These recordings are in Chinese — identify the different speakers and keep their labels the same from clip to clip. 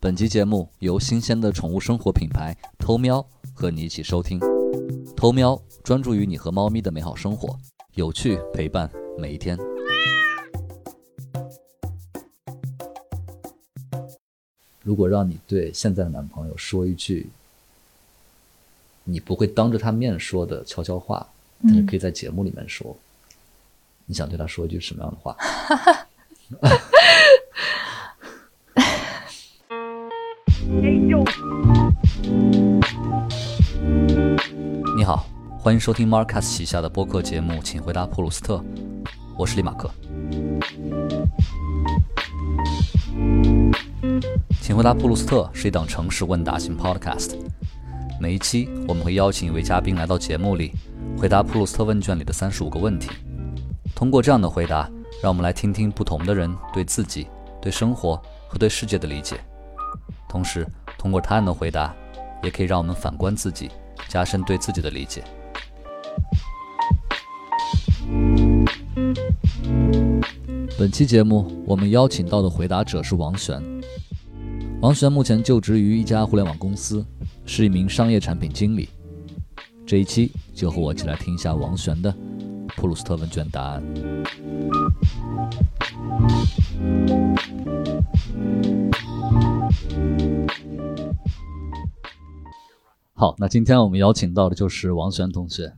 Speaker 1: 本期节目由新鲜的宠物生活品牌偷喵和你一起收听。偷喵专注于你和猫咪的美好生活，有趣陪伴每一天。如果让你对现在的男朋友说一句你不会当着他面说的悄悄话，但是可以在节目里面说，你想对他说一句什么样的话？你好，欢迎收听 Marcus 旗下的播客节目《请回答普鲁斯特》，我是李马克。请回答普鲁斯特是一档城市问答型 podcast，每一期我们会邀请一位嘉宾来到节目里，回答普鲁斯特问卷里的三十五个问题。通过这样的回答，让我们来听听不同的人对自己、对生活和对世界的理解。同时，通过他人的回答，也可以让我们反观自己，加深对自己的理解。本期节目，我们邀请到的回答者是王璇。王璇目前就职于一家互联网公司，是一名商业产品经理。这一期就和我一起来听一下王璇的普鲁斯特问卷答案。好，那今天我们邀请到的就是王璇同学。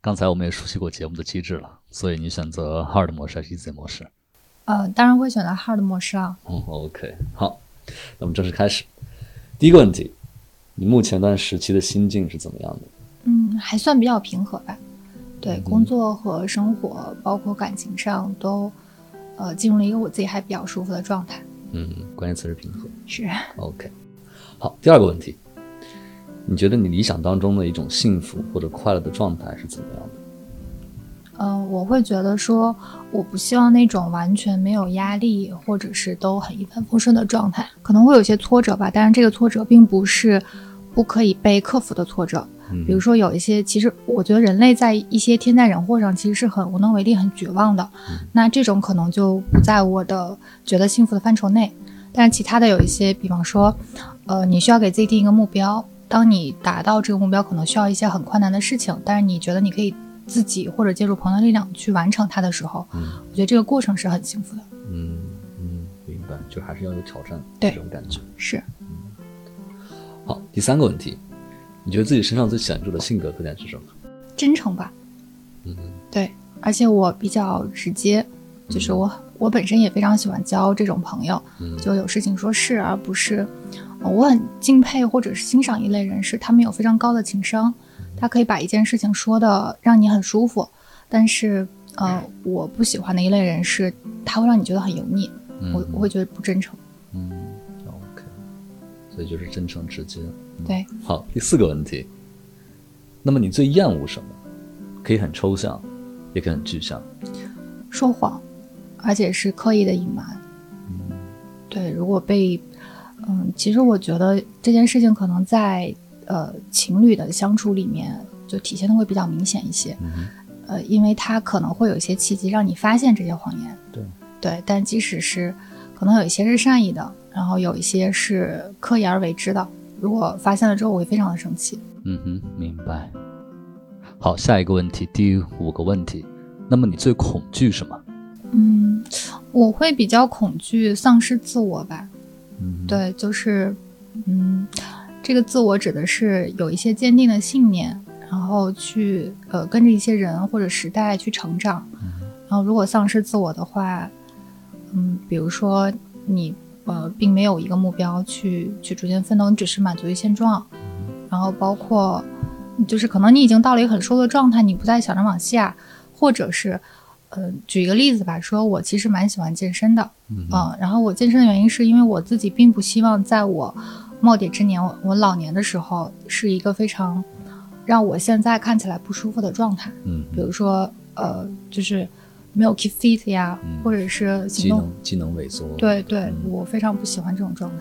Speaker 1: 刚才我们也熟悉过节目的机制了，所以你选择 hard 模式还是 easy 模式？
Speaker 2: 呃，当然会选择 hard 模式啊。
Speaker 1: 嗯，OK，好，那我们正式开始。第一个问题，你目前段时期的心境是怎么样的？
Speaker 2: 嗯，还算比较平和吧。对，
Speaker 1: 嗯
Speaker 2: 工作和生活，包括感情上都，呃，进入了一个我自己还比较舒服的状态。
Speaker 1: 嗯，关键词是平和。
Speaker 2: 是，
Speaker 1: OK，好，第二个问题，你觉得你理想当中的一种幸福或者快乐的状态是怎么样的？
Speaker 2: 嗯、我会觉得说，我不希望那种完全没有压力，或者是都很一帆风顺的状态，可能会有些挫折吧。但是这个挫折并不是不可以被克服的挫折，
Speaker 1: 嗯，
Speaker 2: 比如说有一些，其实我觉得人类在一些天灾人祸上其实是很无能为力、很绝望的。那这种可能就不在我的觉得幸福的范畴内。但是其他的有一些，比方说，呃，你需要给自己定一个目标，当你达到这个目标，可能需要一些很困难的事情，但是你觉得你可以自己或者借助朋友的力量去完成它的时候，
Speaker 1: 嗯
Speaker 2: 我觉得这个过程是很幸福的。
Speaker 1: 嗯嗯，明白，就还是要有挑战，
Speaker 2: 对
Speaker 1: 这种感觉。
Speaker 2: 是，
Speaker 1: 好，第三个问题，你觉得自己身上最显著的性格特点是什么？
Speaker 2: 真诚吧。
Speaker 1: 嗯，
Speaker 2: 对，而且我比较直接，就是我我本身也非常喜欢交这种朋友，
Speaker 1: 嗯
Speaker 2: 就有事情说是而不是。呃我很敬佩或者是欣赏一类人士，他们有非常高的情商，他可以把一件事情说的让你很舒服。但是，呃，我不喜欢的一类人是，他会让你觉得很油腻，我我会觉得不真诚。
Speaker 1: 嗯，OK，所以就是真诚直接。嗯
Speaker 2: 对，
Speaker 1: 好，第四个问题，那么你最厌恶什么？可以很抽象，也可以很具象。
Speaker 2: 说谎，而且是刻意的隐瞒。嗯对，如果被，嗯，其实我觉得这件事情可能在呃情侣的相处里面就体现的会比较明显一些，
Speaker 1: 嗯
Speaker 2: 呃，因为它可能会有一些契机让你发现这些谎言。
Speaker 1: 对，
Speaker 2: 对，但即使是可能有一些是善意的，然后有一些是刻意而为之的。如果发现了之后，我会非常的生气。
Speaker 1: 嗯哼，明白。好，下一个问题，第五个问题，那么你最恐惧什么？
Speaker 2: 嗯，我会比较恐惧丧失自我吧。
Speaker 1: 嗯，，
Speaker 2: 对，就是，嗯，这个自我指的是有一些坚定的信念，然后去呃跟着一些人或者时代去成长。然后如果丧失自我的话，嗯，比如说你呃并没有一个目标去去逐渐奋斗，你只是满足于现状，然后包括就是可能你已经到了一个很舒服的状态，你不再想着往下，或者是。呃，举一个例子吧，说我其实蛮喜欢健身的，
Speaker 1: 嗯哼
Speaker 2: 嗯，然后我健身的原因是因为我自己并不希望在我耄耋之年，我我老年的时候是一个非常让我现在看起来不舒服的状态，
Speaker 1: 嗯
Speaker 2: 比
Speaker 1: 哼，
Speaker 2: 如说呃，就是没有 keep fit 呀，
Speaker 1: 嗯
Speaker 2: 或者是
Speaker 1: 机
Speaker 2: 行动，
Speaker 1: 能机能萎缩。
Speaker 2: 对对，
Speaker 1: 嗯
Speaker 2: 我非常不喜欢这种状态。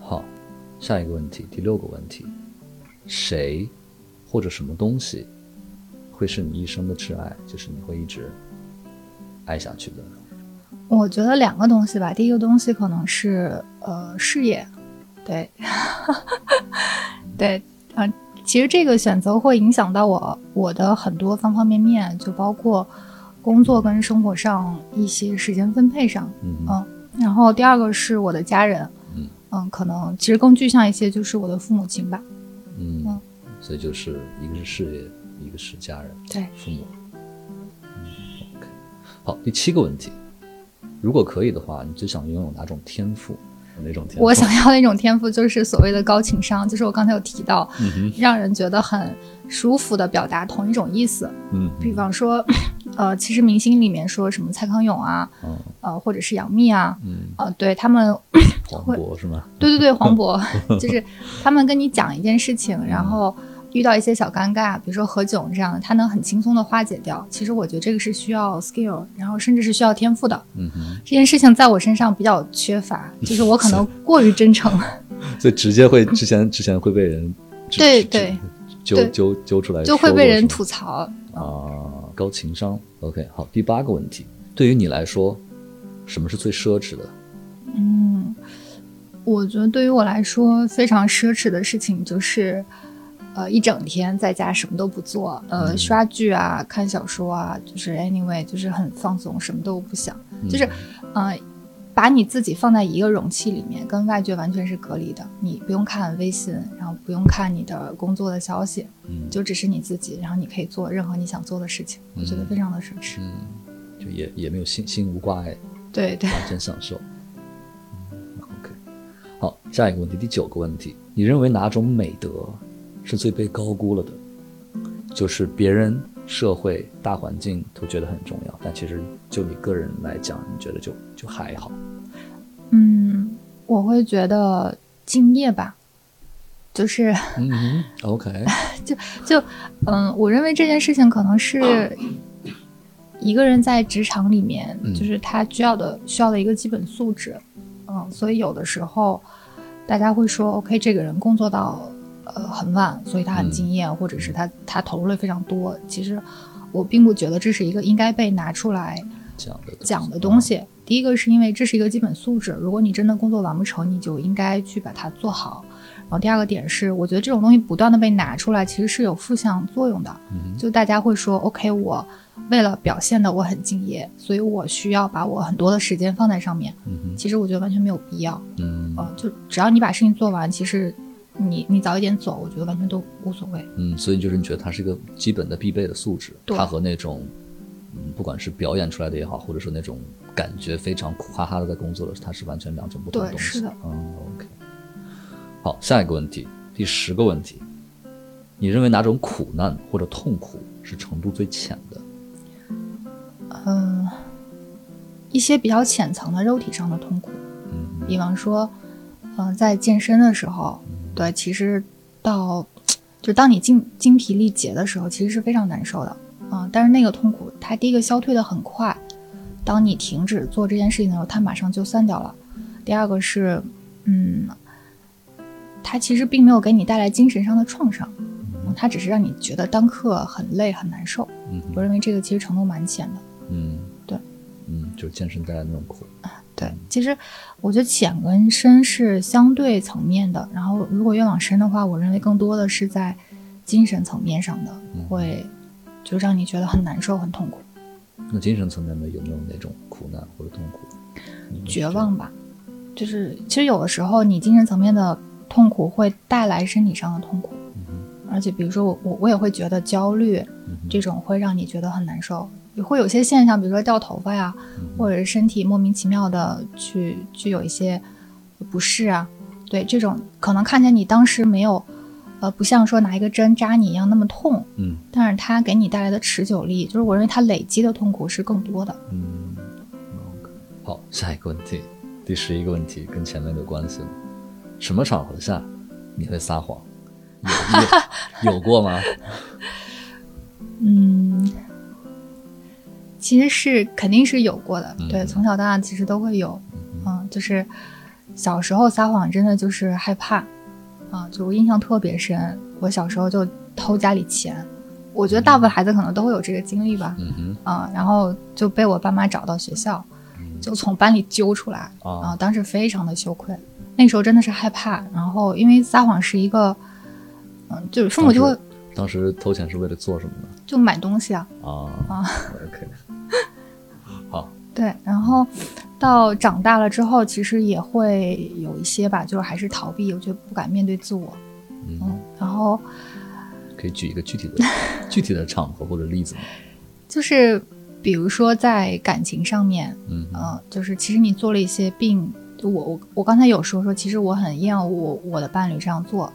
Speaker 1: 好，下一个问题，第六个问题，谁或者什么东西会是你一生的挚爱？就是你会一直爱下去的。
Speaker 2: 我觉得两个东西吧，第一个东西可能是呃事业，对， 对，嗯、其实这个选择会影响到我我的很多方方面面，就包括工作跟生活上一些时间分配上，
Speaker 1: 嗯
Speaker 2: 嗯然后第二个是我的家人，
Speaker 1: 嗯
Speaker 2: 嗯，可能其实更具象一些就是我的父母亲吧，
Speaker 1: 嗯
Speaker 2: 嗯
Speaker 1: 所以就是一个是事业，一个是家人，
Speaker 2: 对，
Speaker 1: 父母。嗯，OK。好，第七个问题，如果可以的话，你最想拥有哪种天赋？有哪种天赋？
Speaker 2: 我想要那种天赋，就是所谓的高情商，就是我刚才有提到，
Speaker 1: 嗯哼，
Speaker 2: 让人觉得很舒服的表达同一种意思。
Speaker 1: 嗯哼，
Speaker 2: 比方说，呃，其实明星里面说什么蔡康永啊，
Speaker 1: 嗯
Speaker 2: 呃，或者是杨幂啊，
Speaker 1: 嗯，
Speaker 2: 呃，对他们，
Speaker 1: 黄
Speaker 2: 会
Speaker 1: 渤是吗？
Speaker 2: 对对对，黄 渤，就是他们跟你讲一件事情，然后遇到一些小尴尬，比如说何炅这样的，他能很轻松的化解掉。其实我觉得这个是需要 skill，然后甚至是需要天赋的。
Speaker 1: 嗯哼，
Speaker 2: 这件事情在我身上比较缺乏，就是我可能过于 真诚。
Speaker 1: 哎所以直接会之前之前会被人指
Speaker 2: 对
Speaker 1: 指
Speaker 2: 对
Speaker 1: 揪
Speaker 2: 对
Speaker 1: 揪揪出来
Speaker 2: 就会
Speaker 1: 说
Speaker 2: 被
Speaker 1: 过
Speaker 2: 人
Speaker 1: 是吗
Speaker 2: 吐槽。
Speaker 1: 啊，高情商。OK，好，第八个问题，对于你来说，什么是最奢侈的？
Speaker 2: 嗯，我觉得对于我来说非常奢侈的事情就是，呃，一整天在家什么都不做，呃，
Speaker 1: 嗯
Speaker 2: 刷剧啊，看小说啊，就是 anyway，就是很放松，什么都不想，就是，嗯、呃。把你自己放在一个容器里面，跟外界完全是隔离的。你不用看微信，然后不用看你的工作的消息，
Speaker 1: 嗯，
Speaker 2: 就只是你自己，然后你可以做任何你想做的事情。我觉得
Speaker 1: 嗯
Speaker 2: 非常的奢侈。
Speaker 1: 嗯，就也也没有心心无挂碍，
Speaker 2: 对对，
Speaker 1: 完全享受。嗯 OK，好，下一个问题，第九个问题，你认为哪种美德是最被高估了的？就是别人、社会、大环境都觉得很重要，但其实就你个人来讲，你觉得就就还好。
Speaker 2: 嗯，我会觉得敬业吧，就是
Speaker 1: 嗯哼，OK，
Speaker 2: 就嗯，我认为这件事情可能是一个人在职场里面，
Speaker 1: 嗯
Speaker 2: 就是他需要的需要的一个基本素质。嗯，所以有的时候大家会说，OK，这个人工作到呃很晚，所以他很敬业，或者是他他投入了非常多。其实我并不觉得这是一个应该被拿出来
Speaker 1: 讲的
Speaker 2: 讲的东，西。第一个是因为这是一个基本素质，如果你真的工作完不成，你就应该去把它做好。然后第二个点是，我觉得这种东西不断的被拿出来，其实是有负向作用的。
Speaker 1: 嗯哼
Speaker 2: 就大家会说，OK，我为了表现的我很敬业，所以我需要把我很多的时间放在上面。
Speaker 1: 嗯哼，
Speaker 2: 其实我觉得完全没有必要。
Speaker 1: 嗯
Speaker 2: 呃，就只要你把事情做完，其实你你早一点走，我觉得完全都无所谓。
Speaker 1: 嗯，所以就是你觉得它是一个基本的必备的素质，
Speaker 2: 对
Speaker 1: 它和那种，嗯，不管是表演出来的也好，或者说那种感觉非常苦哈哈的在工作的，它是完全两种不同的
Speaker 2: 对
Speaker 1: 东西。
Speaker 2: 是的
Speaker 1: 嗯，OK。好，下一个问题，第十个问题，你认为哪种苦难或者痛苦是程度最浅的？
Speaker 2: 嗯、一些比较浅层的肉体上的痛苦，
Speaker 1: 嗯
Speaker 2: 比方说，嗯、在健身的时候，
Speaker 1: 嗯
Speaker 2: 对，其实到就当你精精疲力竭的时候，其实是非常难受的，嗯、但是那个痛苦，它第一个消退的很快，当你停止做这件事情的时候，它马上就散掉了。第二个是，嗯，它其实并没有给你带来精神上的创伤，嗯它只是让你觉得当刻很累很难受。
Speaker 1: 嗯
Speaker 2: 我认为这个其实程度蛮浅的。
Speaker 1: 嗯，
Speaker 2: 对，
Speaker 1: 嗯，就是健身带来的那种苦。
Speaker 2: 对，其实我觉得浅跟深是相对层面的，然后如果越往深的话，我认为更多的是在精神层面上的
Speaker 1: 嗯，
Speaker 2: 会就让你觉得很难受、很痛苦、
Speaker 1: 那精神层面的有没有哪种苦难或者痛苦？你
Speaker 2: 绝望吧。就是其实有的时候你精神层面的痛苦会带来身体上的痛苦，
Speaker 1: 嗯哼
Speaker 2: 而且比如说我我我也会觉得焦虑
Speaker 1: 嗯哼
Speaker 2: 这种会让你觉得很难受，也会有些现象，比如说掉头发呀、
Speaker 1: 嗯哼
Speaker 2: 或者是身体莫名其妙的去去有一些不适啊，对这种可能看见你当时没有，呃，不像说拿一个针扎你一样那么痛，
Speaker 1: 嗯
Speaker 2: 但是它给你带来的持久力，就是我认为它累积的痛苦是更多的。
Speaker 1: 嗯，OK。好，下一个问题，第十一个问题跟前面有关系了。什么场合下你会撒谎？ 有有有过吗？
Speaker 2: 嗯，其实是肯定是有过的，
Speaker 1: 嗯
Speaker 2: 对，从小到大其实都会有，嗯，就是小时候撒谎真的就是害怕，啊，就我印象特别深，我小时候就偷家里钱，我觉得大部分孩子可能都会有这个经历吧，
Speaker 1: 嗯哼，嗯
Speaker 2: 啊，然后就被我爸妈找到学校，就从班里揪出来，啊，
Speaker 1: 啊，
Speaker 2: 当时非常的羞愧，那时候真的是害怕。然后因为撒谎是一个，嗯，就是父母就
Speaker 1: 当
Speaker 2: 会
Speaker 1: 时当时偷钱是为了做什么呢？
Speaker 2: 就买东西啊，
Speaker 1: 啊
Speaker 2: 啊
Speaker 1: ，OK，
Speaker 2: 对。然后到长大了之后，其实也会有一些吧，就是还是逃避，我觉得不敢面对自我，嗯
Speaker 1: 嗯，。
Speaker 2: 然后
Speaker 1: 可以举一个具 体的具体的场合或者例子吗？
Speaker 2: 就是比如说在感情上面，
Speaker 1: 嗯哼
Speaker 2: 呃，就是其实你做了一些并我我我刚才有说说，其实我很厌恶我我的伴侣这样做，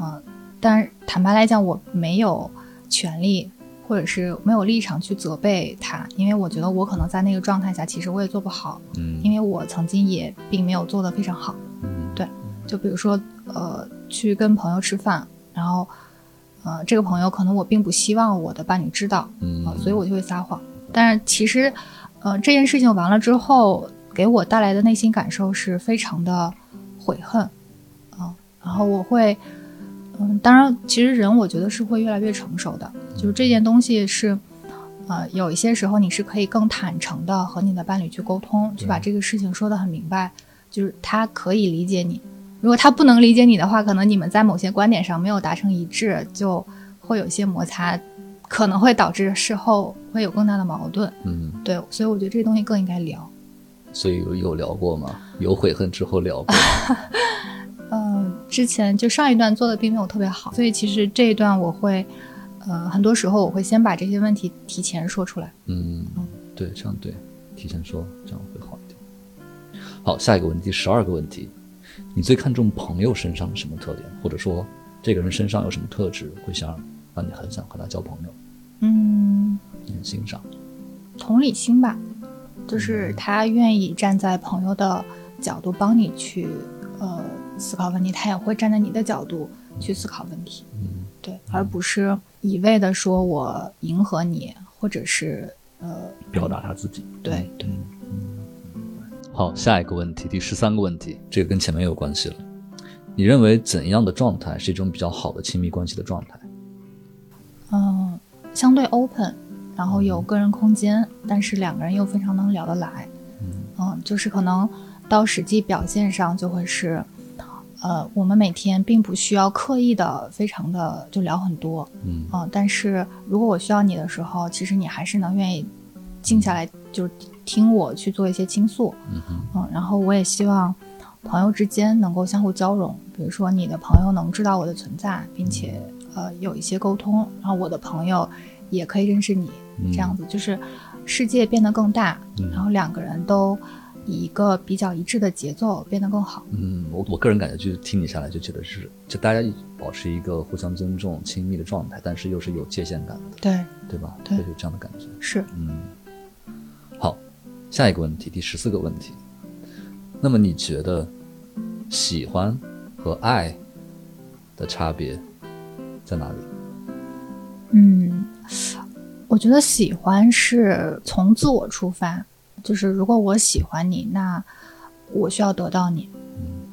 Speaker 2: 嗯、但是坦白来讲，我没有权利或者是没有立场去责备他，因为我觉得我可能在那个状态下，其实我也做不好，
Speaker 1: 嗯，
Speaker 2: 因为我曾经也并没有做得非常好。
Speaker 1: 嗯
Speaker 2: 对就比如说，呃，去跟朋友吃饭，然后，呃，这个朋友可能我并不希望我的伴侣知道，
Speaker 1: 嗯
Speaker 2: 啊，所以我就会撒谎。但是其实，呃，这件事情完了之后，给我带来的内心感受是非常的悔恨啊。然后我会，嗯，当然，其实人我觉得是会越来越成熟的，就是这件东西是。呃，有一些时候你是可以更坦诚的和你的伴侣去沟通，去把这个事情说得很明白，就是他可以理解你。如果他不能理解你的话，可能你们在某些观点上没有达成一致，就会有一些摩擦，可能会导致事后会有更大的矛盾。
Speaker 1: 嗯，
Speaker 2: 对，所以我觉得这东西更应该聊。
Speaker 1: 所以有有聊过吗？有悔恨之后聊过吗，
Speaker 2: 嗯，之前就上一段做的并没有特别好，所以其实这一段我会，呃，很多时候我会先把这些问题提前说出来。
Speaker 1: 嗯，对，这样对，提前说这样会好一点。好，下一个问题，第十二个问题，你最看重朋友身上什么特点，或者说这个人身上有什么特质会想让你很想和他交朋友，
Speaker 2: 嗯，
Speaker 1: 你很欣赏？
Speaker 2: 同理心吧，就是他愿意站在朋友的角度帮你去呃思考问题，他也会站在你的角度去思考问题。
Speaker 1: 嗯
Speaker 2: 对，而不是一味的说我迎合你，或者是呃，
Speaker 1: 表达他自己。
Speaker 2: 对
Speaker 1: 对。好，下一个问题，第十三个问题，这个跟前面有关系了。你认为怎样的状态是一种比较好的亲密关系的状态？
Speaker 2: 嗯，相对 open，然后有个人空间，但是两个人又非常能聊得来。嗯，就是可能到实际表现上就会是，呃，我们每天并不需要刻意的非常的就聊很多，
Speaker 1: 嗯
Speaker 2: 嗯，但是如果我需要你的时候，其实你还是能愿意静下来，就是听我去做一些倾诉。
Speaker 1: 嗯哼
Speaker 2: 嗯，然后我也希望朋友之间能够相互交融，比如说你的朋友能知道我的存在，并且呃有一些沟通，然后我的朋友也可以认识你，
Speaker 1: 嗯
Speaker 2: 这样子就是世界变得更大，
Speaker 1: 嗯
Speaker 2: 然后两个人都以一个比较一致的节奏变得更好。
Speaker 1: 嗯，我我个人感觉就是听你下来就觉得是，就大家保持一个互相尊重、亲密的状态，但是又是有界限感的，
Speaker 2: 对，
Speaker 1: 对吧？
Speaker 2: 对
Speaker 1: 会有这样的感觉。
Speaker 2: 是
Speaker 1: 嗯，好，下一个问题，第十四个问题。那么你觉得喜欢和爱的差别在哪里？
Speaker 2: 嗯，我觉得喜欢是从自我出发，就是如果我喜欢你，那我需要得到你。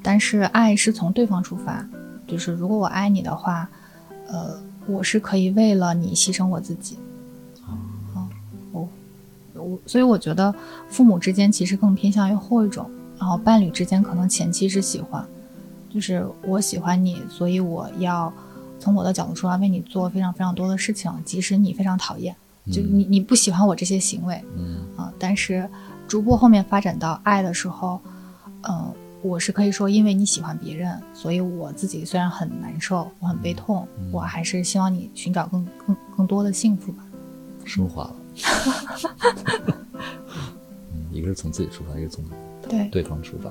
Speaker 2: 但是爱是从对方出发，就是如果我爱你的话，呃，我是可以为了你牺牲我自己。啊，我我所以我觉得父母之间其实更偏向于后一种，然后伴侣之间可能前期是喜欢，就是我喜欢你，所以我要从我的角度出发为你做非常非常多的事情，即使你非常讨厌，就是你你不喜欢我这些行为
Speaker 1: 嗯
Speaker 2: 啊、但是逐步后面发展到爱的时候，嗯、我是可以说，因为你喜欢别人，所以我自己虽然很难受，我很悲痛，
Speaker 1: 嗯
Speaker 2: 我还是希望你寻找更更更多的幸福吧。
Speaker 1: 升华了。嗯，一个是从自己出发，一个从
Speaker 2: 对，
Speaker 1: 对方出发。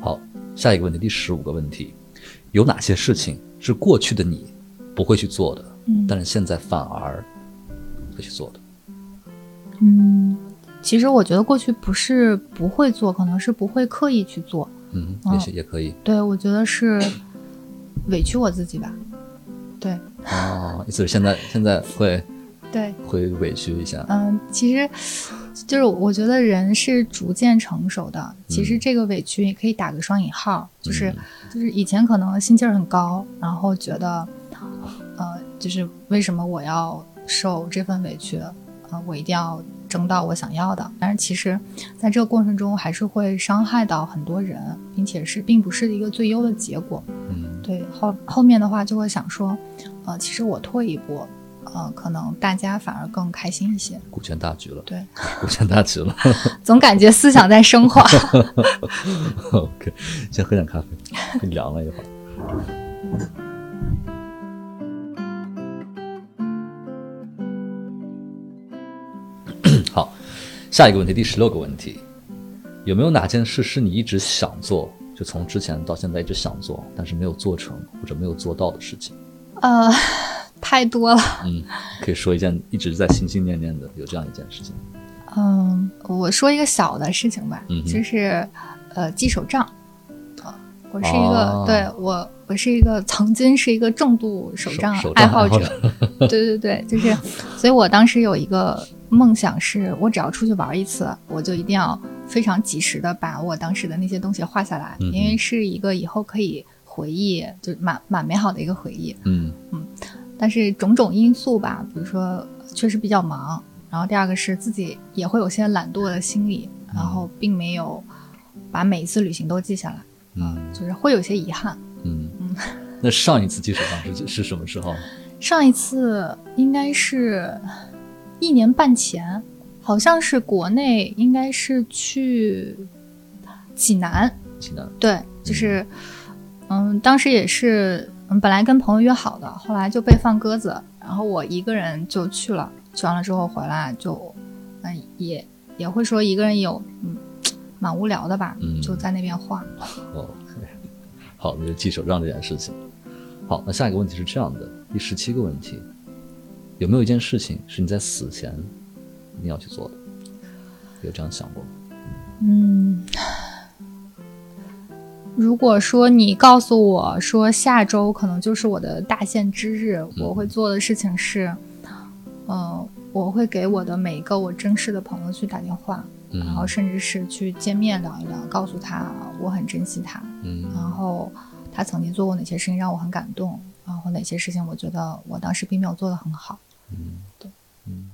Speaker 1: 好，下一个问题，第十五个问题，有哪些事情是过去的你不会去做的，
Speaker 2: 嗯
Speaker 1: 但是现在反而会去做的？
Speaker 2: 嗯，其实我觉得过去不是不会做，可能是不会刻意去做。
Speaker 1: 嗯，
Speaker 2: 哦
Speaker 1: 也许也可以。
Speaker 2: 对，我觉 得是委屈我自己吧。对
Speaker 1: 哦，意思是现在现在会
Speaker 2: 对，
Speaker 1: 会委屈一下。
Speaker 2: 嗯，其实就是我觉得人是逐渐成熟的。其实这个委屈也可以打个双引号，就是就是以前可能心气儿很高，然后觉得，呃，就是为什么我要受这份委屈？啊、我一定要争到我想要的。但是其实，在这个过程中还是会伤害到很多人，并且是并不是一个最优的结果。
Speaker 1: 嗯
Speaker 2: 对后后面的话就会想说，呃，其实我退一步，呃，可能大家反而更开心一些。
Speaker 1: 顾全大局了，
Speaker 2: 对，
Speaker 1: 顾全大局了。
Speaker 2: 总感觉思想在升 华。
Speaker 1: OK，先喝点咖啡，给你凉了一会儿。 好，下一个问题，第十六个问题，有没有哪件事是你一直想做，就从之前到现在一直想做，但是没有做成或者没有做到的事情？
Speaker 2: 呃，太多了。
Speaker 1: 嗯，可以说一件一直在心心念念的有这样一件事情。
Speaker 2: 嗯，我说一个小的事情吧，
Speaker 1: 嗯哼
Speaker 2: 就是呃，记手账。呃我是一个，
Speaker 1: 哦
Speaker 2: 对我，我是一个曾经是一个重度手
Speaker 1: 手
Speaker 2: 账
Speaker 1: 手
Speaker 2: 爱
Speaker 1: 账爱
Speaker 2: 好
Speaker 1: 好
Speaker 2: 者。对 对对，就是，所以我当时有一个梦想是，我只要出去玩一次，我就一定要非常及时的把我当时的那些东西画下来，
Speaker 1: 嗯哼
Speaker 2: 因为是一个以后可以回忆，就蛮蛮美好的一个回忆。
Speaker 1: 嗯
Speaker 2: 但是种种因素吧，比如说确实比较忙，然后第二个是自己也会有些懒惰的心理，然后并没有把每一次旅行都记下来，啊
Speaker 1: 嗯
Speaker 2: 就是会有些遗憾。
Speaker 1: 嗯。那上一次记手账是是什么时候？
Speaker 2: 上一次应该是一年半前，好像是国内，应该是去济南，
Speaker 1: 济南。
Speaker 2: 对，就是，嗯，当时也是，嗯，本来跟朋友约好的，后来就被放鸽子，然后我一个人就去了，去完了之后回来就，嗯，也也会说一个人有，嗯，蛮无聊的吧，
Speaker 1: 嗯
Speaker 2: 就在那边画。
Speaker 1: 哦， 好，那就记手账这件事情。好，那下一个问题是这样的，第十七个问题，有没有一件事情是你在死前一定要去做的？有这样想过吗？
Speaker 2: 嗯，如果说你告诉我说下周可能就是我的大限之日，我会做的事情是，嗯、我会给我的每一个我珍视的朋友去打电话，然后
Speaker 1: 嗯
Speaker 2: 甚至是去见面聊一聊，告诉他我很珍惜他，然
Speaker 1: 嗯
Speaker 2: 后他曾经做过哪些事情让我很感动，然后哪些事情我觉得我当时并没有做得很好。
Speaker 1: 嗯，
Speaker 2: 对，
Speaker 1: 嗯。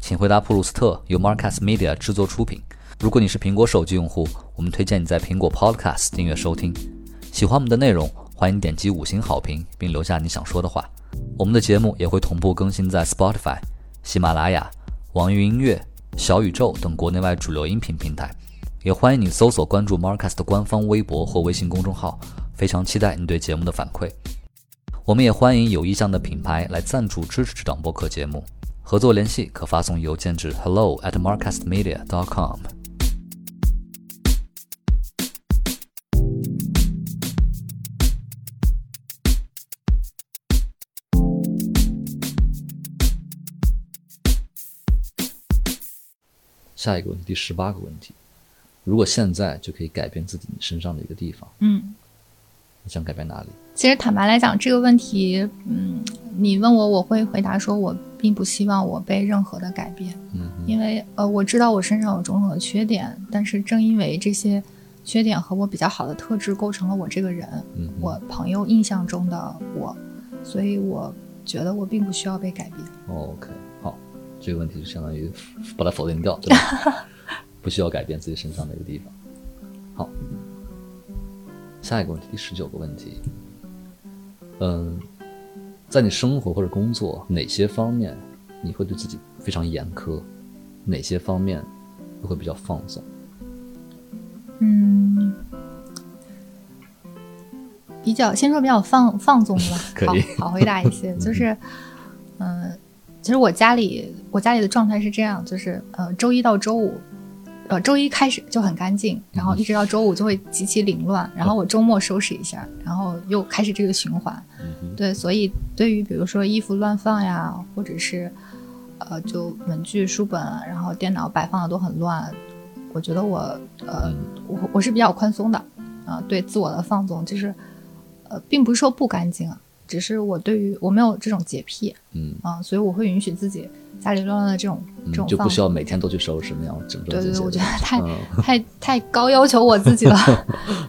Speaker 1: 请回答普鲁斯特由 Marcus Media 制作出品。如果你是苹果手机用户，我们推荐你在苹果 Podcast 订阅收听。喜欢我们的内容，欢迎点击五星好评，并留下你想说的话。我们的节目也会同步更新在 Spotify、喜马拉雅、网易云音乐、小宇宙等国内外主流音频平台。也欢迎你搜索关注 Marcus 的官方微博或微信公众号，非常期待你对节目的反馈。我们也欢迎有意向的品牌来赞助支持这档播客节目，合作联系可发送邮件至 hello at marcusmedia dot com。下一个问题，第十八个问题，如果现在就可以改变自己身上的一个地方，
Speaker 2: 嗯，
Speaker 1: 你想改变哪里？
Speaker 2: 其实坦白来讲，这个问题，嗯，你问我，我会回答说，我并不希望我被任何的改变，
Speaker 1: 嗯哼
Speaker 2: 因为呃，我知道我身上有种种的缺点，但是正因为这些缺点和我比较好的特质构成了我这个人，
Speaker 1: 嗯哼，
Speaker 2: 我朋友印象中的我，所以我觉得我并不需要被改变。
Speaker 1: 哦 OK，好，这个问题就相当于把它否定掉，对吧？ 不需要改变自己身上的一个地方。好，下一个问题，第十九个问题，嗯，在你生活或者工作哪些方面你会对自己非常严苛，哪些方面又会比较放松？
Speaker 2: 嗯，比较先说比较放
Speaker 1: ，
Speaker 2: 放纵吧
Speaker 1: 可以
Speaker 2: 好好回答一 些，就是，嗯、其实我家里我家里的状态是这样，就是呃，周一到周五，呃，周一开始就很干净，然
Speaker 1: 嗯
Speaker 2: 后一直到周五就会极其凌乱，然后我周末收拾一下，然后又开始这个循环。
Speaker 1: 嗯哼，
Speaker 2: 对，所以对于比如说衣服乱放呀，或者是呃，就文具、书本，啊然后电脑摆放的都很乱，我觉得我呃，我我是比较宽松的啊、对自我的放纵就是呃，并不是说不干净啊，只是我对于我没有这种洁癖
Speaker 1: 嗯，
Speaker 2: 啊、所以我会允许自己家里乱乱的这种这
Speaker 1: 嗯
Speaker 2: 种
Speaker 1: 就
Speaker 2: 放
Speaker 1: 不需要每天都去收拾那样整整
Speaker 2: 对
Speaker 1: 洁洁
Speaker 2: 对对，
Speaker 1: 的。
Speaker 2: 我觉得太、
Speaker 1: 嗯
Speaker 2: 太太高要求我自己了。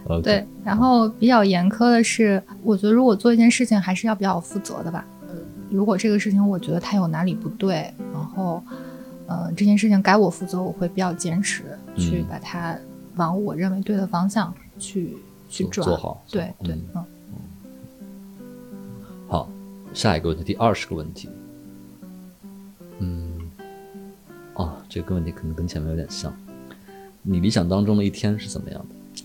Speaker 1: OK，
Speaker 2: 对，然后比较严苛的是，我觉得如果做一件事情，还是要比较负责的吧。呃如果这个事情我觉得它有哪里不对，然后，呃，这件事情该我负责，我会比较坚持去
Speaker 1: 嗯
Speaker 2: 把它往我认为对的方向去去
Speaker 1: 做
Speaker 2: 转。
Speaker 1: 做好
Speaker 2: 对对，
Speaker 1: 嗯
Speaker 2: 嗯
Speaker 1: 好，下一个问题，第二十个问题。嗯，哦，这个问题可能跟前面有点像。你理想当中的一天是怎么样的？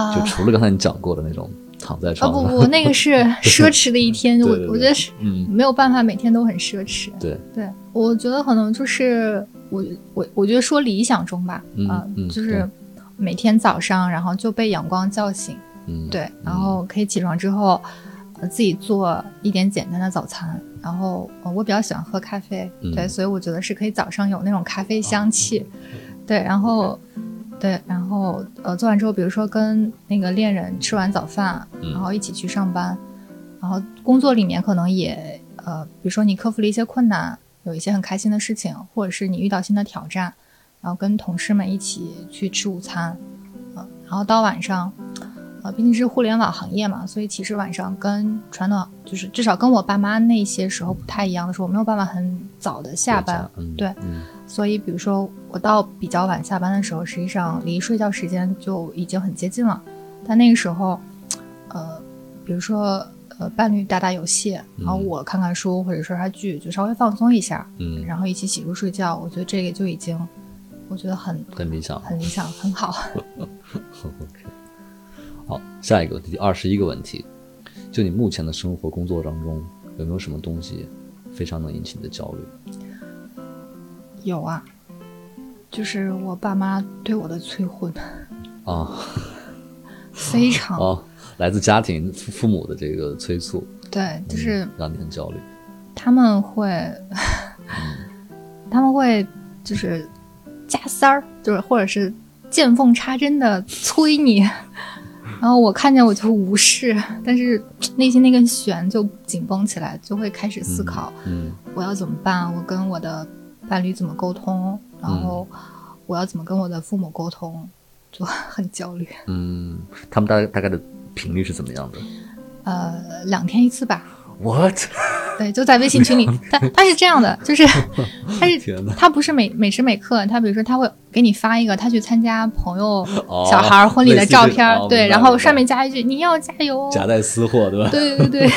Speaker 2: 啊
Speaker 1: 就除了刚才你讲过的那种躺在
Speaker 2: 啊
Speaker 1: 床
Speaker 2: 不
Speaker 1: 上，
Speaker 2: 不，那 个是奢侈的一天，
Speaker 1: 对
Speaker 2: 我
Speaker 1: 对
Speaker 2: 我
Speaker 1: 对
Speaker 2: 觉得是
Speaker 1: 嗯，
Speaker 2: 没有办法每天都很奢侈。
Speaker 1: 对，
Speaker 2: 对，我觉得可能就是我我我觉得说理想中吧，
Speaker 1: 嗯
Speaker 2: 啊
Speaker 1: 嗯
Speaker 2: 就是每天早上，然后就被阳光叫醒，
Speaker 1: 嗯，
Speaker 2: 对，然后可以起床之后，呃自己做一点简单的早餐，然后呃我比较喜欢喝咖啡，
Speaker 1: 嗯
Speaker 2: 对，所以我觉得是可以早上有那种咖啡香气，
Speaker 1: 嗯
Speaker 2: 对，然后。对，然后呃，做完之后，比如说跟那个恋人吃完早饭，
Speaker 1: 嗯
Speaker 2: 然后一起去上班，然后工作里面可能也呃，比如说你克服了一些困难，有一些很开心的事情，或者是你遇到新的挑战，然后跟同事们一起去吃午餐，呃，然后到晚上，呃，毕竟是互联网行业嘛，所以其实晚上跟传统就是至少跟我爸妈那些时候不太一样的是，我没有办法很早的下班，，
Speaker 1: 嗯，
Speaker 2: 对
Speaker 1: 嗯，
Speaker 2: 所以比如说我到比较晚下班的时候，实际上离睡觉时间就已经很接近了。但那个时候，呃，比如说呃，伴侣打打游戏，然后
Speaker 1: 嗯
Speaker 2: 我看看书或者说刷剧，就稍微放松一下，
Speaker 1: 嗯，
Speaker 2: 然后一起洗漱睡觉。我觉得这个就已经，我觉得很
Speaker 1: 很理想。
Speaker 2: 很理想，很好。
Speaker 1: OK，好，下一个问题，第二十一个问题，就你目前的生活工作当中，有没有什么东西非常能引起你的焦虑？
Speaker 2: 有啊，就是我爸妈对我的 催婚
Speaker 1: 啊
Speaker 2: 非常、
Speaker 1: 哦，来自家庭父父母的这个催促，
Speaker 2: 对，就是。
Speaker 1: 嗯让你很焦虑。
Speaker 2: 他们会，他们会就是加塞儿，就是或者是见缝插针的催你，然后我看见我就无视，但是内心那根弦就紧绷起来，就会开始思考
Speaker 1: 嗯
Speaker 2: 我要怎么办，我跟我的伴侣怎么沟通，然后我要怎么跟我的父母沟通，就很焦虑。
Speaker 1: 嗯，他们大概大概的频率是怎么样的
Speaker 2: 呃，两天一次吧，
Speaker 1: ？What？
Speaker 2: 对，就在微信群里，他他是这样的， 就是他是
Speaker 1: 天哪
Speaker 2: 他不是每每时每刻，他比如说他会给你发一个他去参加朋友
Speaker 1: 哦
Speaker 2: 小孩儿婚礼的
Speaker 1: 类似
Speaker 2: 照
Speaker 1: 这
Speaker 2: 片儿，
Speaker 1: 哦
Speaker 2: 对，
Speaker 1: 明白
Speaker 2: 然后
Speaker 1: 明白
Speaker 2: 上面加一句你要加油哦，
Speaker 1: 夹带私货，对吧？
Speaker 2: 对 对对，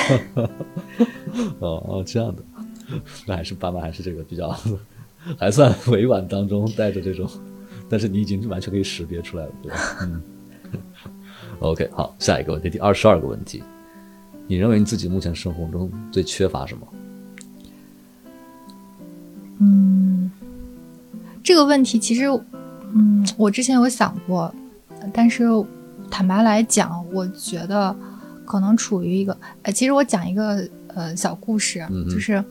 Speaker 1: 哦哦，这样的， 那还是爸妈还是这个比较 还算委婉当中带着这种， 但是你已经完全可以识别出来了，对吧？嗯。OK，好，下一个问题，第二十二个问题，你认为你自己目前生活中最缺乏什么？
Speaker 2: 嗯，这个问题其实，嗯，我之前有想过，但是坦白来讲，我觉得可能处于一个，呃，其实我讲一个呃小故事，
Speaker 1: 嗯哼
Speaker 2: 就是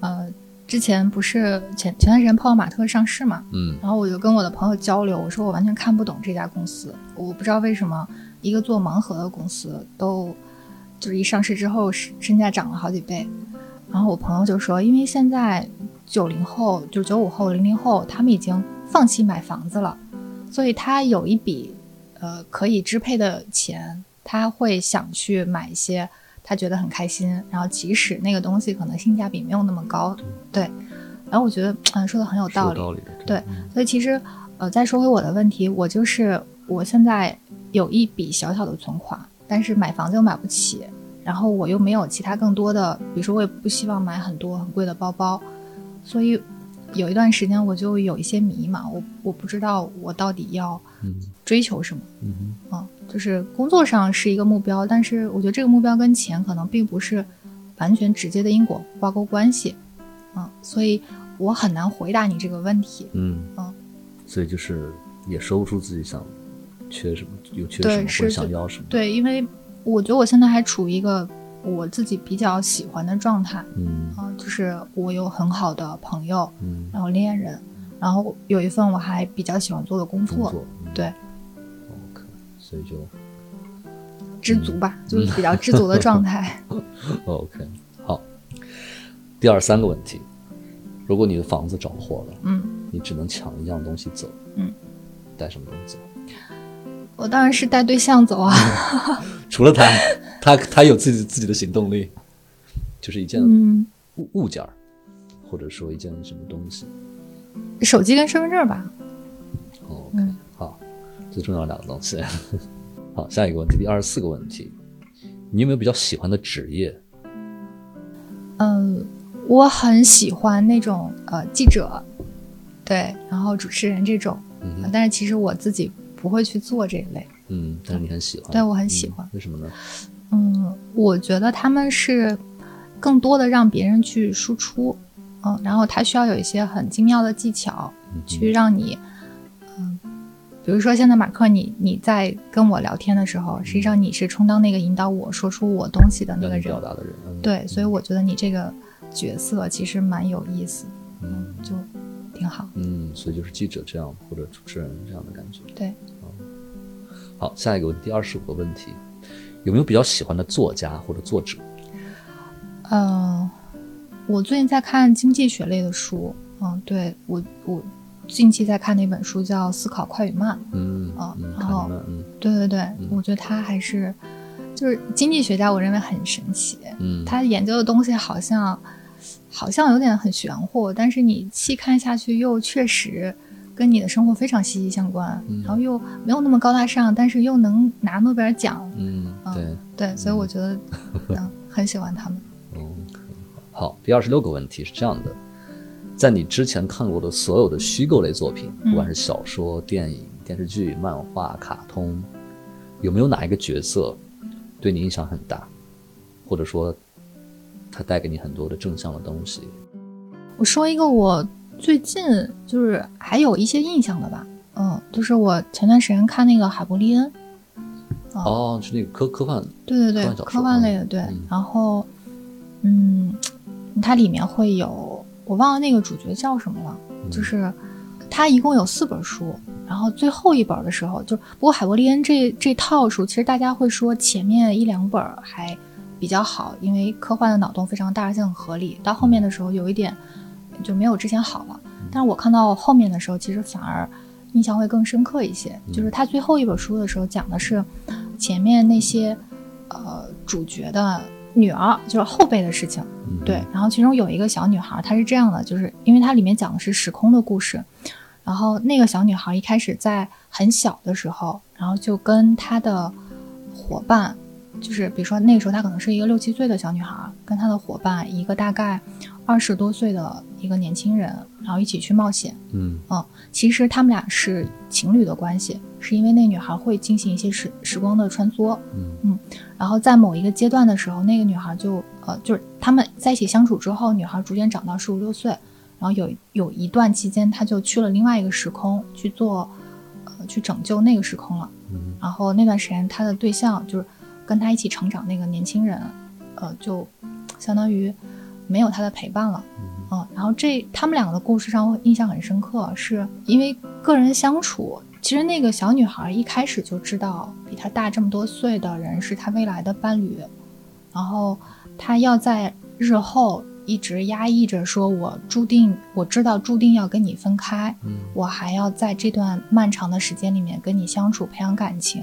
Speaker 2: 呃，之前不是前前段时间泡泡玛特上市嘛，
Speaker 1: 嗯
Speaker 2: 然后我就跟我的朋友交流，我说我完全看不懂这家公司，我不知道为什么一个做盲盒的公司都就是一上市之后身身价涨了好几倍。然后我朋友就说，因为现在九零后、就九五后、零零后他们已经放弃买房子了，所以他有一笔呃可以支配的钱，他会想去买一些他觉得很开心，然后即使那个东西可能性价比没有那么高，对。然后我觉得，嗯，说的很有
Speaker 1: 是有
Speaker 2: 道理。
Speaker 1: 道理的，
Speaker 2: 对所以其实，呃，再说回我的问题，我就是我现在有一笔小小的存款，但是买房子又买不起，然后我又没有其他更多的，比如说我也不希望买很多很贵的包包，所以有一段时间我就有一些迷茫，我我不知道我到底要
Speaker 1: 嗯
Speaker 2: 追求什么。
Speaker 1: 嗯嗯
Speaker 2: 嗯，就是工作上是一个目标，但是我觉得这个目标跟钱可能并不是完全直接的因果挂钩关系，嗯，所以我很难回答你这个问题。
Speaker 1: 嗯
Speaker 2: 哦
Speaker 1: 所以就是也说不出自己想缺什么，有缺
Speaker 2: 对
Speaker 1: 什么或者
Speaker 2: 是
Speaker 1: 想
Speaker 2: 就
Speaker 1: 要什么，
Speaker 2: 对，因为我觉得我现在还处于一个我自己比较喜欢的状态
Speaker 1: 嗯
Speaker 2: 啊、就是我有很好的朋友，
Speaker 1: 嗯，
Speaker 2: 然后恋人，然后有一份我还比较喜欢做的工
Speaker 1: 工
Speaker 2: 作，
Speaker 1: 作，嗯
Speaker 2: 对
Speaker 1: ，OK，所以就
Speaker 2: 知足吧，就是比较
Speaker 1: 嗯
Speaker 2: 知足的 状态。
Speaker 1: 哦 OK，好。第二三个问题，如果你的房子着火了，
Speaker 2: 嗯，
Speaker 1: 你只能抢一样东西走，
Speaker 2: 嗯，
Speaker 1: 带什么东西走？
Speaker 2: 我当然是带对象走啊，
Speaker 1: 除了他，他他有自己自己的行动力，就是一件
Speaker 2: 嗯，
Speaker 1: 物物件儿，或者说一件什么东西。
Speaker 2: 手机跟身份证吧。
Speaker 1: 哦 OK，、
Speaker 2: 嗯
Speaker 1: 好，最重要的两个东西。 好，下一个问题，第二十四个问题，你有没有比较喜欢的职业？
Speaker 2: 嗯，我很喜欢那种呃记者，对，然后主持人这种，
Speaker 1: 嗯
Speaker 2: 呃
Speaker 1: 哼
Speaker 2: 但是其实我自己不会去做这一类。
Speaker 1: 嗯，但是你很喜欢，
Speaker 2: 对我很喜欢
Speaker 1: 嗯为什么呢？
Speaker 2: 嗯，我觉得他们是更多的让别人去输出，嗯，然后他需要有一些很精妙的技巧
Speaker 1: 嗯
Speaker 2: 去让你，嗯，比如说现在马克你，你在跟我聊天的时候，实际上你是充当那个引导我说出我东西的那
Speaker 1: 让
Speaker 2: 个
Speaker 1: 你表
Speaker 2: 人，
Speaker 1: 达的人，嗯
Speaker 2: 对，所以我觉得你这个角色其实蛮有意思，
Speaker 1: 嗯
Speaker 2: 就挺好。
Speaker 1: 嗯，所以就是记者这样，或者主持人这样的感觉。哦
Speaker 2: 对，
Speaker 1: 好，下一个问题，第二十五个问题，有没有比较喜欢的作家或者作者？
Speaker 2: 呃，我最近在看经济学类的书，嗯，对我我近期在看的一本书叫《思考快与慢》。
Speaker 1: 嗯
Speaker 2: 哦
Speaker 1: 嗯，
Speaker 2: 然
Speaker 1: 看
Speaker 2: 后
Speaker 1: 你们，嗯
Speaker 2: 对对对，
Speaker 1: 嗯
Speaker 2: 我觉得他还是就是经济学家，我认为很神奇。
Speaker 1: 嗯，
Speaker 2: 他研究的东西好像好像有点很玄乎，但是你细看下去又确实跟你的生活非常息息相关，
Speaker 1: 嗯
Speaker 2: 然后又没有那么高大上，但是又能拿诺贝尔奖。
Speaker 1: 嗯
Speaker 2: 嗯
Speaker 1: 对，
Speaker 2: 对，所以我觉得嗯很喜欢他们。
Speaker 1: OK，好，第二十六个问题是这样的：在你之前看过的所有的虚构类作品，
Speaker 2: 嗯
Speaker 1: 不管是小说、电影、电视剧、漫画、卡通，有没有哪一个角色对你影响很大，或者说它带给你很多的正向的东西？
Speaker 2: 我说一个我最近就是还有一些印象的吧，嗯，就是我前段时间看那个海伯利恩，
Speaker 1: 哦，是那个科科幻，
Speaker 2: 对对对
Speaker 1: 科幻，小
Speaker 2: 科
Speaker 1: 说
Speaker 2: 幻
Speaker 1: 嗯
Speaker 2: 类的对。
Speaker 1: 嗯
Speaker 2: 然后，嗯，它里面会有我忘了那个主角叫什么了，
Speaker 1: 嗯
Speaker 2: 就是他一共有四本书，然后最后一本的时候，就不过海伯利恩这这套书，其实大家会说前面一两本还比较好，因为科幻的脑洞非常大，而且很合理。到后面的时候有一点就没有之前好了，
Speaker 1: 嗯
Speaker 2: 但是我看到后面的时候，其实反而印象会更深刻一些。就是他最后一本书的时候讲的是前面那些呃主角的女儿，就是后辈的事情。
Speaker 1: 嗯
Speaker 2: 对，，然后其中有一个小女孩，她是这样的，就是因为它里面讲的是时空的故事，然后那个小女孩一开始在很小的时候，然后就跟她的伙伴，就是比如说那个时候她可能是一个六七岁的小女孩，跟她的伙伴一个大概二十多岁的一个年轻人，然后一起去冒险。
Speaker 1: 嗯
Speaker 2: 其实他们俩是情侣的关系，是因为那女孩会进行一些时时光的穿梭，
Speaker 1: 嗯
Speaker 2: 然后在某一个阶段的时候，那个女孩就呃，就是他们在一起相处之后，女孩逐渐长到十五六岁，然后有有一段期间，她就去了另外一个时空去做，呃，去拯救那个时空了。
Speaker 1: 嗯
Speaker 2: 然后那段时间，她的对象就是跟她一起成长那个年轻人，呃，就相当于没有她的陪伴了。
Speaker 1: 嗯
Speaker 2: 嗯，然后这他们两个的故事让我印象很深刻，是因为个人相处。其实那个小女孩一开始就知道，比她大这么多岁的人是她未来的伴侣，然后她要在日后一直压抑着，说我注定我知道注定要跟你分开，
Speaker 1: 嗯
Speaker 2: 我还要在这段漫长的时间里面跟你相处，培养感情，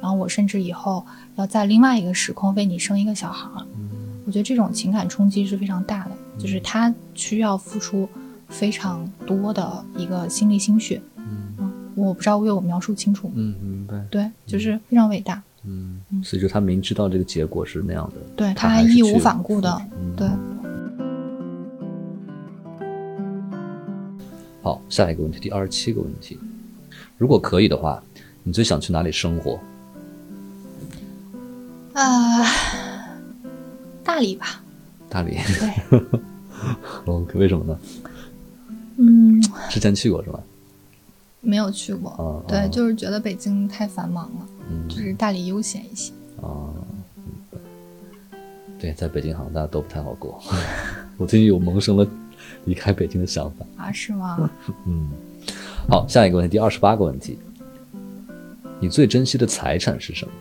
Speaker 2: 然后我甚至以后要在另外一个时空为你生一个小孩儿。
Speaker 1: 嗯
Speaker 2: 我觉得这种情感冲击是非常大的，就是他需要付出非常多的一个心力心血。
Speaker 1: 嗯
Speaker 2: 嗯，我不知道为我描述清楚吗？
Speaker 1: 嗯，明白，
Speaker 2: 对，就是非常伟大。
Speaker 1: 嗯
Speaker 2: 嗯，
Speaker 1: 所以就他明知道这个结果是那样的，
Speaker 2: 对
Speaker 1: 他
Speaker 2: 他还
Speaker 1: 还是
Speaker 2: 义
Speaker 1: 去
Speaker 2: 无反顾的
Speaker 1: 付出嗯
Speaker 2: 对，
Speaker 1: 好，下一个问题，第二十七个问题，如果可以的话，你最想去哪里生活？
Speaker 2: 啊、大理吧，
Speaker 1: 大理
Speaker 2: 对，
Speaker 1: ，OK，为什么呢？
Speaker 2: 嗯，
Speaker 1: 之前去过是吧？
Speaker 2: 没有去过，
Speaker 1: 哦哦
Speaker 2: 对，就是觉得北京太繁忙了，
Speaker 1: 嗯，
Speaker 2: 就是大理悠闲一些。
Speaker 1: 啊，对，在北京好像大家都不太好过。 我最近有萌生了离开北京的想法。
Speaker 2: 啊，是吗？
Speaker 1: 嗯，好，下一个问题，第二十八个问题，你最珍惜的财产是什么？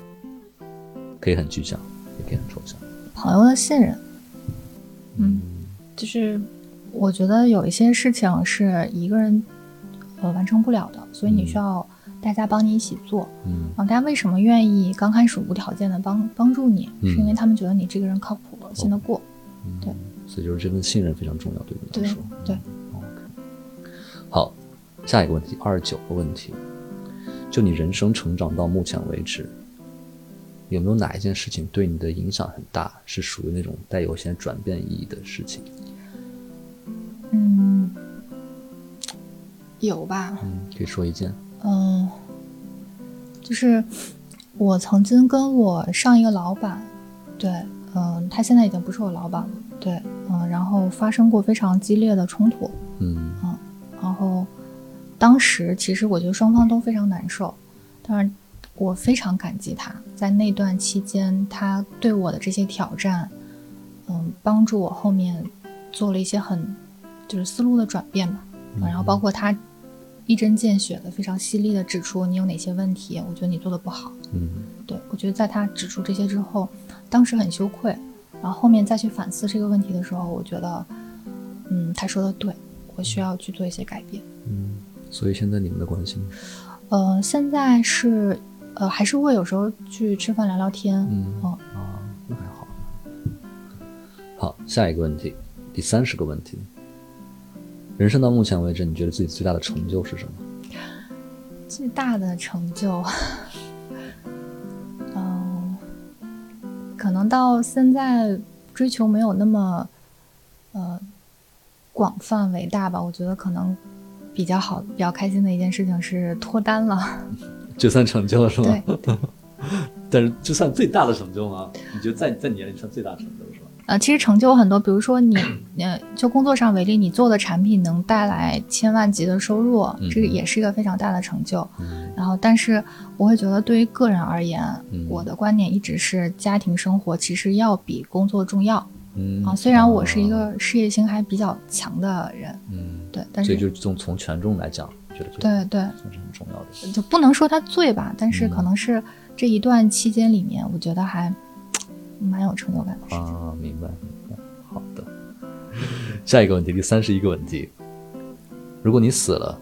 Speaker 1: 可以很具象，也可以很抽象。
Speaker 2: 朋友的信任，嗯，就是我觉得有一些事情是一个人呃完成不了的，所以你
Speaker 1: 嗯
Speaker 2: 需要大家帮你一起做。
Speaker 1: 嗯
Speaker 2: 啊，大家为什么愿意刚开始无条件的帮帮助你？
Speaker 1: 嗯
Speaker 2: 是因为他们觉得你这个人靠谱，信得过。
Speaker 1: 嗯
Speaker 2: 对，
Speaker 1: 所以就是这份信任非常重要，对你来说。
Speaker 2: 对
Speaker 1: 嗯，OK。好，下一个问题，二十九个问题，就你人生成长到目前为止，有没有哪一件事情对你的影响很大，是属于那种带有一些转变意义的事情？
Speaker 2: 嗯，有吧？
Speaker 1: 嗯，可以说一件。
Speaker 2: 嗯，就是我曾经跟我上一个老板，对，嗯，他现在已经不是我老板了，对，嗯，然后发生过非常激烈的冲突，
Speaker 1: 嗯
Speaker 2: 然后当时其实我觉得双方都非常难受，但是我非常感激他，在那段期间他对我的这些挑战，嗯，帮助我后面做了一些很就是思路的转变吧，然后包括他一针见血的非常犀利的指出你有哪些问题，我觉得你做的不好，
Speaker 1: 嗯
Speaker 2: 对我觉得在他指出这些之后，当时很羞愧，然后后面再去反思这个问题的时候，我觉得，嗯，他说的对，我需要去做一些改变。
Speaker 1: 嗯，所以现在你们的关系呢，
Speaker 2: 呃，现在是呃，还是会有时候去吃饭聊聊天。
Speaker 1: 嗯
Speaker 2: 哦
Speaker 1: 啊，那还好。好，下一个问题，第三十个问题。人生到目前为止，你觉得自己最大的成就是什么？
Speaker 2: 最大的成就，嗯、可能到现在追求没有那么呃广泛伟大吧。我觉得可能比较好、比较开心的一件事情是脱单了。
Speaker 1: 就算成就了是
Speaker 2: 对
Speaker 1: 吗？，但是就算最大的成就吗？你觉得在在你眼里算最大的成就是吧？
Speaker 2: 呃，其实成就有很多，比如说你，呃，就工作上为例，你做的产品能带来千万级的收入，这个
Speaker 1: 嗯
Speaker 2: 也是一个非常大的成就。
Speaker 1: 嗯
Speaker 2: 然后，但是我会觉得，对于个人而言，
Speaker 1: 嗯
Speaker 2: 我的观点一直是家庭生活其实要比工作重要
Speaker 1: 嗯
Speaker 2: 啊。虽然我是一，个事业心还比较强的人，
Speaker 1: 嗯，
Speaker 2: 对，但
Speaker 1: 所
Speaker 2: 是
Speaker 1: 以就从从权重来讲，觉得这
Speaker 2: 对对，
Speaker 1: 算是很重要的。
Speaker 2: 就不能说他醉吧，但是
Speaker 1: 嗯
Speaker 2: 可能是这一段期间里面，我觉得还蛮有成就感的事情。
Speaker 1: 啊，明白明白，好的。下一个问题，第三十一个问题，如果你死了，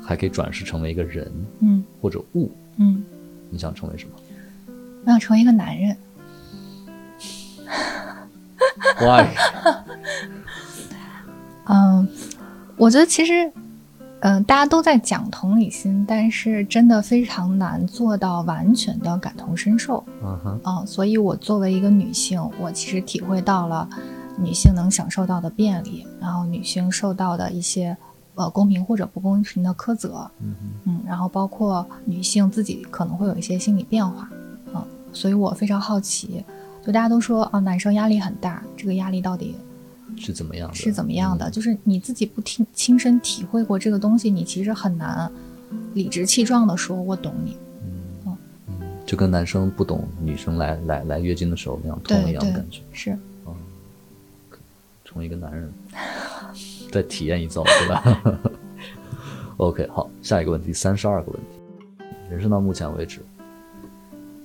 Speaker 1: 还可以转世成为一个人
Speaker 2: 嗯
Speaker 1: 或者物，
Speaker 2: 嗯，
Speaker 1: 你想成为 什么
Speaker 2: 我想成为一个男人。
Speaker 1: ？Why？
Speaker 2: 嗯，我觉得其实，嗯、大家都在讲同理心，但是真的非常难做到完全的感同身受。
Speaker 1: 嗯哼，
Speaker 2: 嗯，所以我作为一个女性，我其实体会到了女性能享受到的便利，然后女性受到的一些呃公平或者不公平的苛责，
Speaker 1: 嗯哼，
Speaker 2: 嗯，然后包括女性自己可能会有一些心理变化，嗯，所以我非常好奇，就大家都说啊，男生压力很大，这个压力到底
Speaker 1: 是怎么样的？
Speaker 2: 是怎么样的？就是你自己不听亲身体会过这个东西，你其实很难理直气壮的说“我懂你
Speaker 1: 嗯
Speaker 2: 哦？
Speaker 1: 嗯，就跟男生不懂女生来来来月经的时候那样痛了一
Speaker 2: 对
Speaker 1: 样的
Speaker 2: 对
Speaker 1: 感觉。”，
Speaker 2: 是
Speaker 1: 成为一个男人， 再体验一遭，对吧 ？OK，好，下一个问题，三十二个问题，人生到目前为止，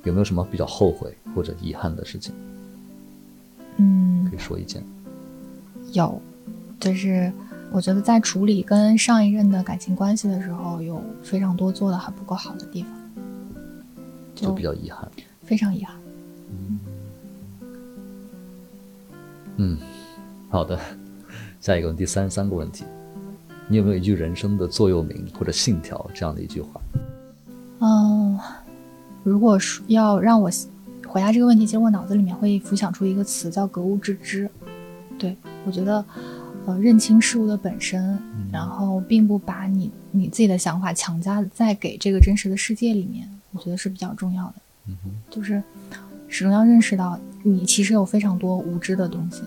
Speaker 1: 有没有什么比较后悔或者遗憾的事情？
Speaker 2: 嗯
Speaker 1: 可以说一件。
Speaker 2: 有，就是我觉得在处理跟上一任的感情关系的时候，有非常多做的还不够好的地方，
Speaker 1: 就
Speaker 2: 就
Speaker 1: 比较遗憾。
Speaker 2: 非常遗憾。
Speaker 1: 嗯，好的，下一个问题，三十三个问题，你有没有一句人生的座右铭或者信条这样的一句话？
Speaker 2: 嗯，如果说要让我回答这个问题，其实我脑子里面会浮想出一个词叫“格物致知”。对我觉得，呃，认清事物的本身，
Speaker 1: 嗯
Speaker 2: 然后并不把你你自己的想法强加在给这个真实的世界里面，我觉得是比较重要的。
Speaker 1: 嗯哼，
Speaker 2: 就是始终要认识到，你其实有非常多无知的东西，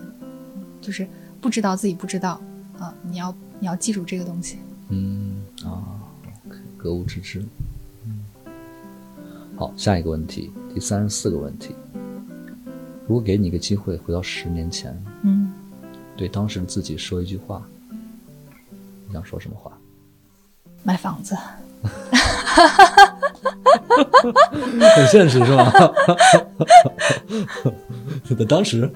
Speaker 2: 就是不知道自己不知道啊、你要你要记住这个东西。
Speaker 1: 嗯啊，OK，格物致知。嗯，好，下一个问题，第三十四个问题，如果给你一个机会回到十年前，
Speaker 2: 嗯，
Speaker 1: 对当时的自己说一句话，你想说什么话？
Speaker 2: 买房子，
Speaker 1: 很现实是吗？ 在当时，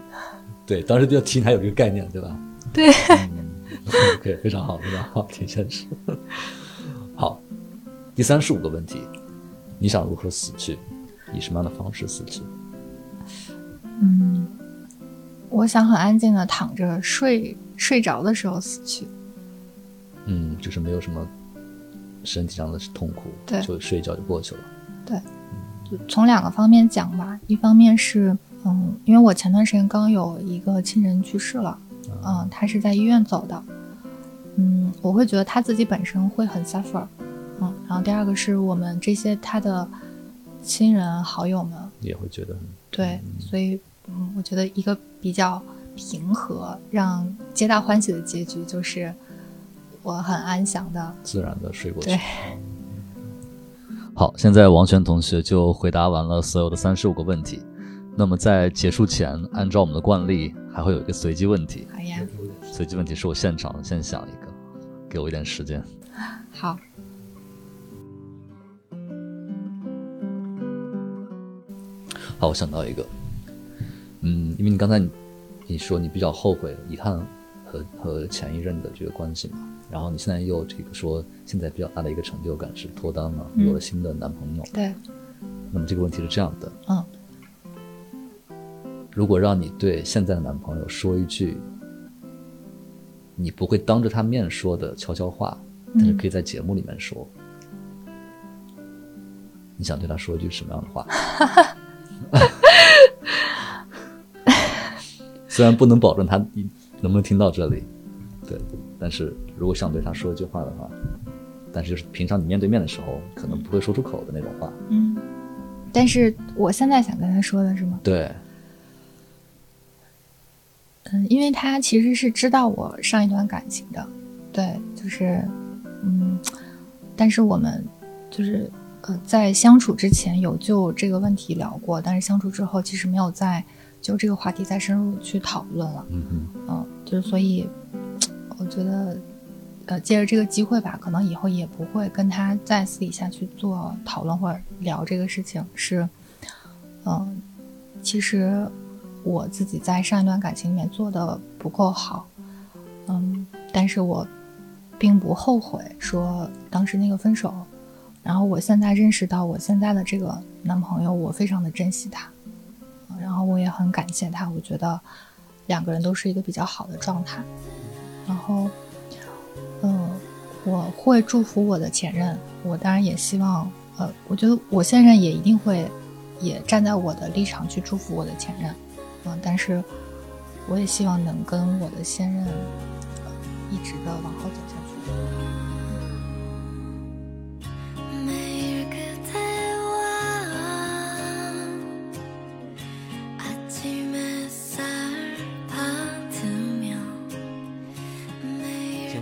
Speaker 1: 对，当时就提你还有这个概念，对吧？嗯
Speaker 2: 对，
Speaker 1: OK，非常好，非常好，挺现实。好，第三十五个问题，你想如何死去？以什么样的方式死去？
Speaker 2: 嗯，我我想很安静的躺着睡，睡着的时候死去。
Speaker 1: 嗯，就是没有什么身体上的痛苦，
Speaker 2: 对
Speaker 1: 就睡一觉就过去了。
Speaker 2: 从两个方面讲吧，一方面是，嗯，因为我前段时间刚有一个亲人去世了，嗯，他是在医院走的，嗯，我会觉得他自己本身会很 suffer，嗯，然后第二个是我们这些他的亲人好友们，
Speaker 1: 也会觉得很
Speaker 2: 对，所以，嗯，我觉得一个比较平和、让皆大欢喜的结局就是我很安详的，
Speaker 1: 自然的睡过去
Speaker 2: 对。
Speaker 1: 好，现在王璇同学就回答完了所有的三十五个问题。那么在结束前，按照我们的惯例，还会有一个随机问题。
Speaker 2: 哎呀，
Speaker 1: 随机问题是我现场先想一个，给我一点时间。
Speaker 2: 好，
Speaker 1: 好，我想到一个，嗯，因为你刚才你你说你比较后悔、遗憾和和前一任的这个关系嘛，然后你现在又这个说现在比较大的一个成就感是脱单了，
Speaker 2: 嗯
Speaker 1: 有了新的男朋友。
Speaker 2: 对，
Speaker 1: 那么这个问题是这样的，
Speaker 2: 嗯，
Speaker 1: 如果让你对现在的男朋友说一句你不会当着他面说的悄悄话，但是可以在节目里面说，你想对他说一句什么样的话？ 虽然不能保证他一能不能听到这里，对，但是如果想对他说一句话的话，但是就是平常你面对面的时候可能不会说出口的那种话，
Speaker 2: 嗯，但是我现在想跟他说的是吗？
Speaker 1: 对，
Speaker 2: 嗯，因为他其实是知道我上一段感情的，对，就是，嗯，但是我们就是呃，在相处之前有就这个问题聊过，但是相处之后其实没有再就这个话题再深入去讨论了。
Speaker 1: 嗯哼。
Speaker 2: 嗯，就是所以，我觉得，呃，借着这个机会吧，可能以后也不会跟他再私底下去做讨论或者聊这个事情。是，嗯、其实我自己在上一段感情里面做的不够好，嗯，但是我并不后悔说当时那个分手。然后我现在认识到我现在的这个男朋友，我非常的珍惜他，嗯然后我也很感谢他，我觉得两个人都是一个比较好的状态。然后，嗯，我会祝福我的前任，我当然也希望，呃，我觉得我现任也一定会，也站在我的立场去祝福我的前任，嗯，但是我也希望能跟我的现任、呃一直的往后走下去。
Speaker 3: 매일 그대와 아침 햇살 받으며 매일
Speaker 1: 请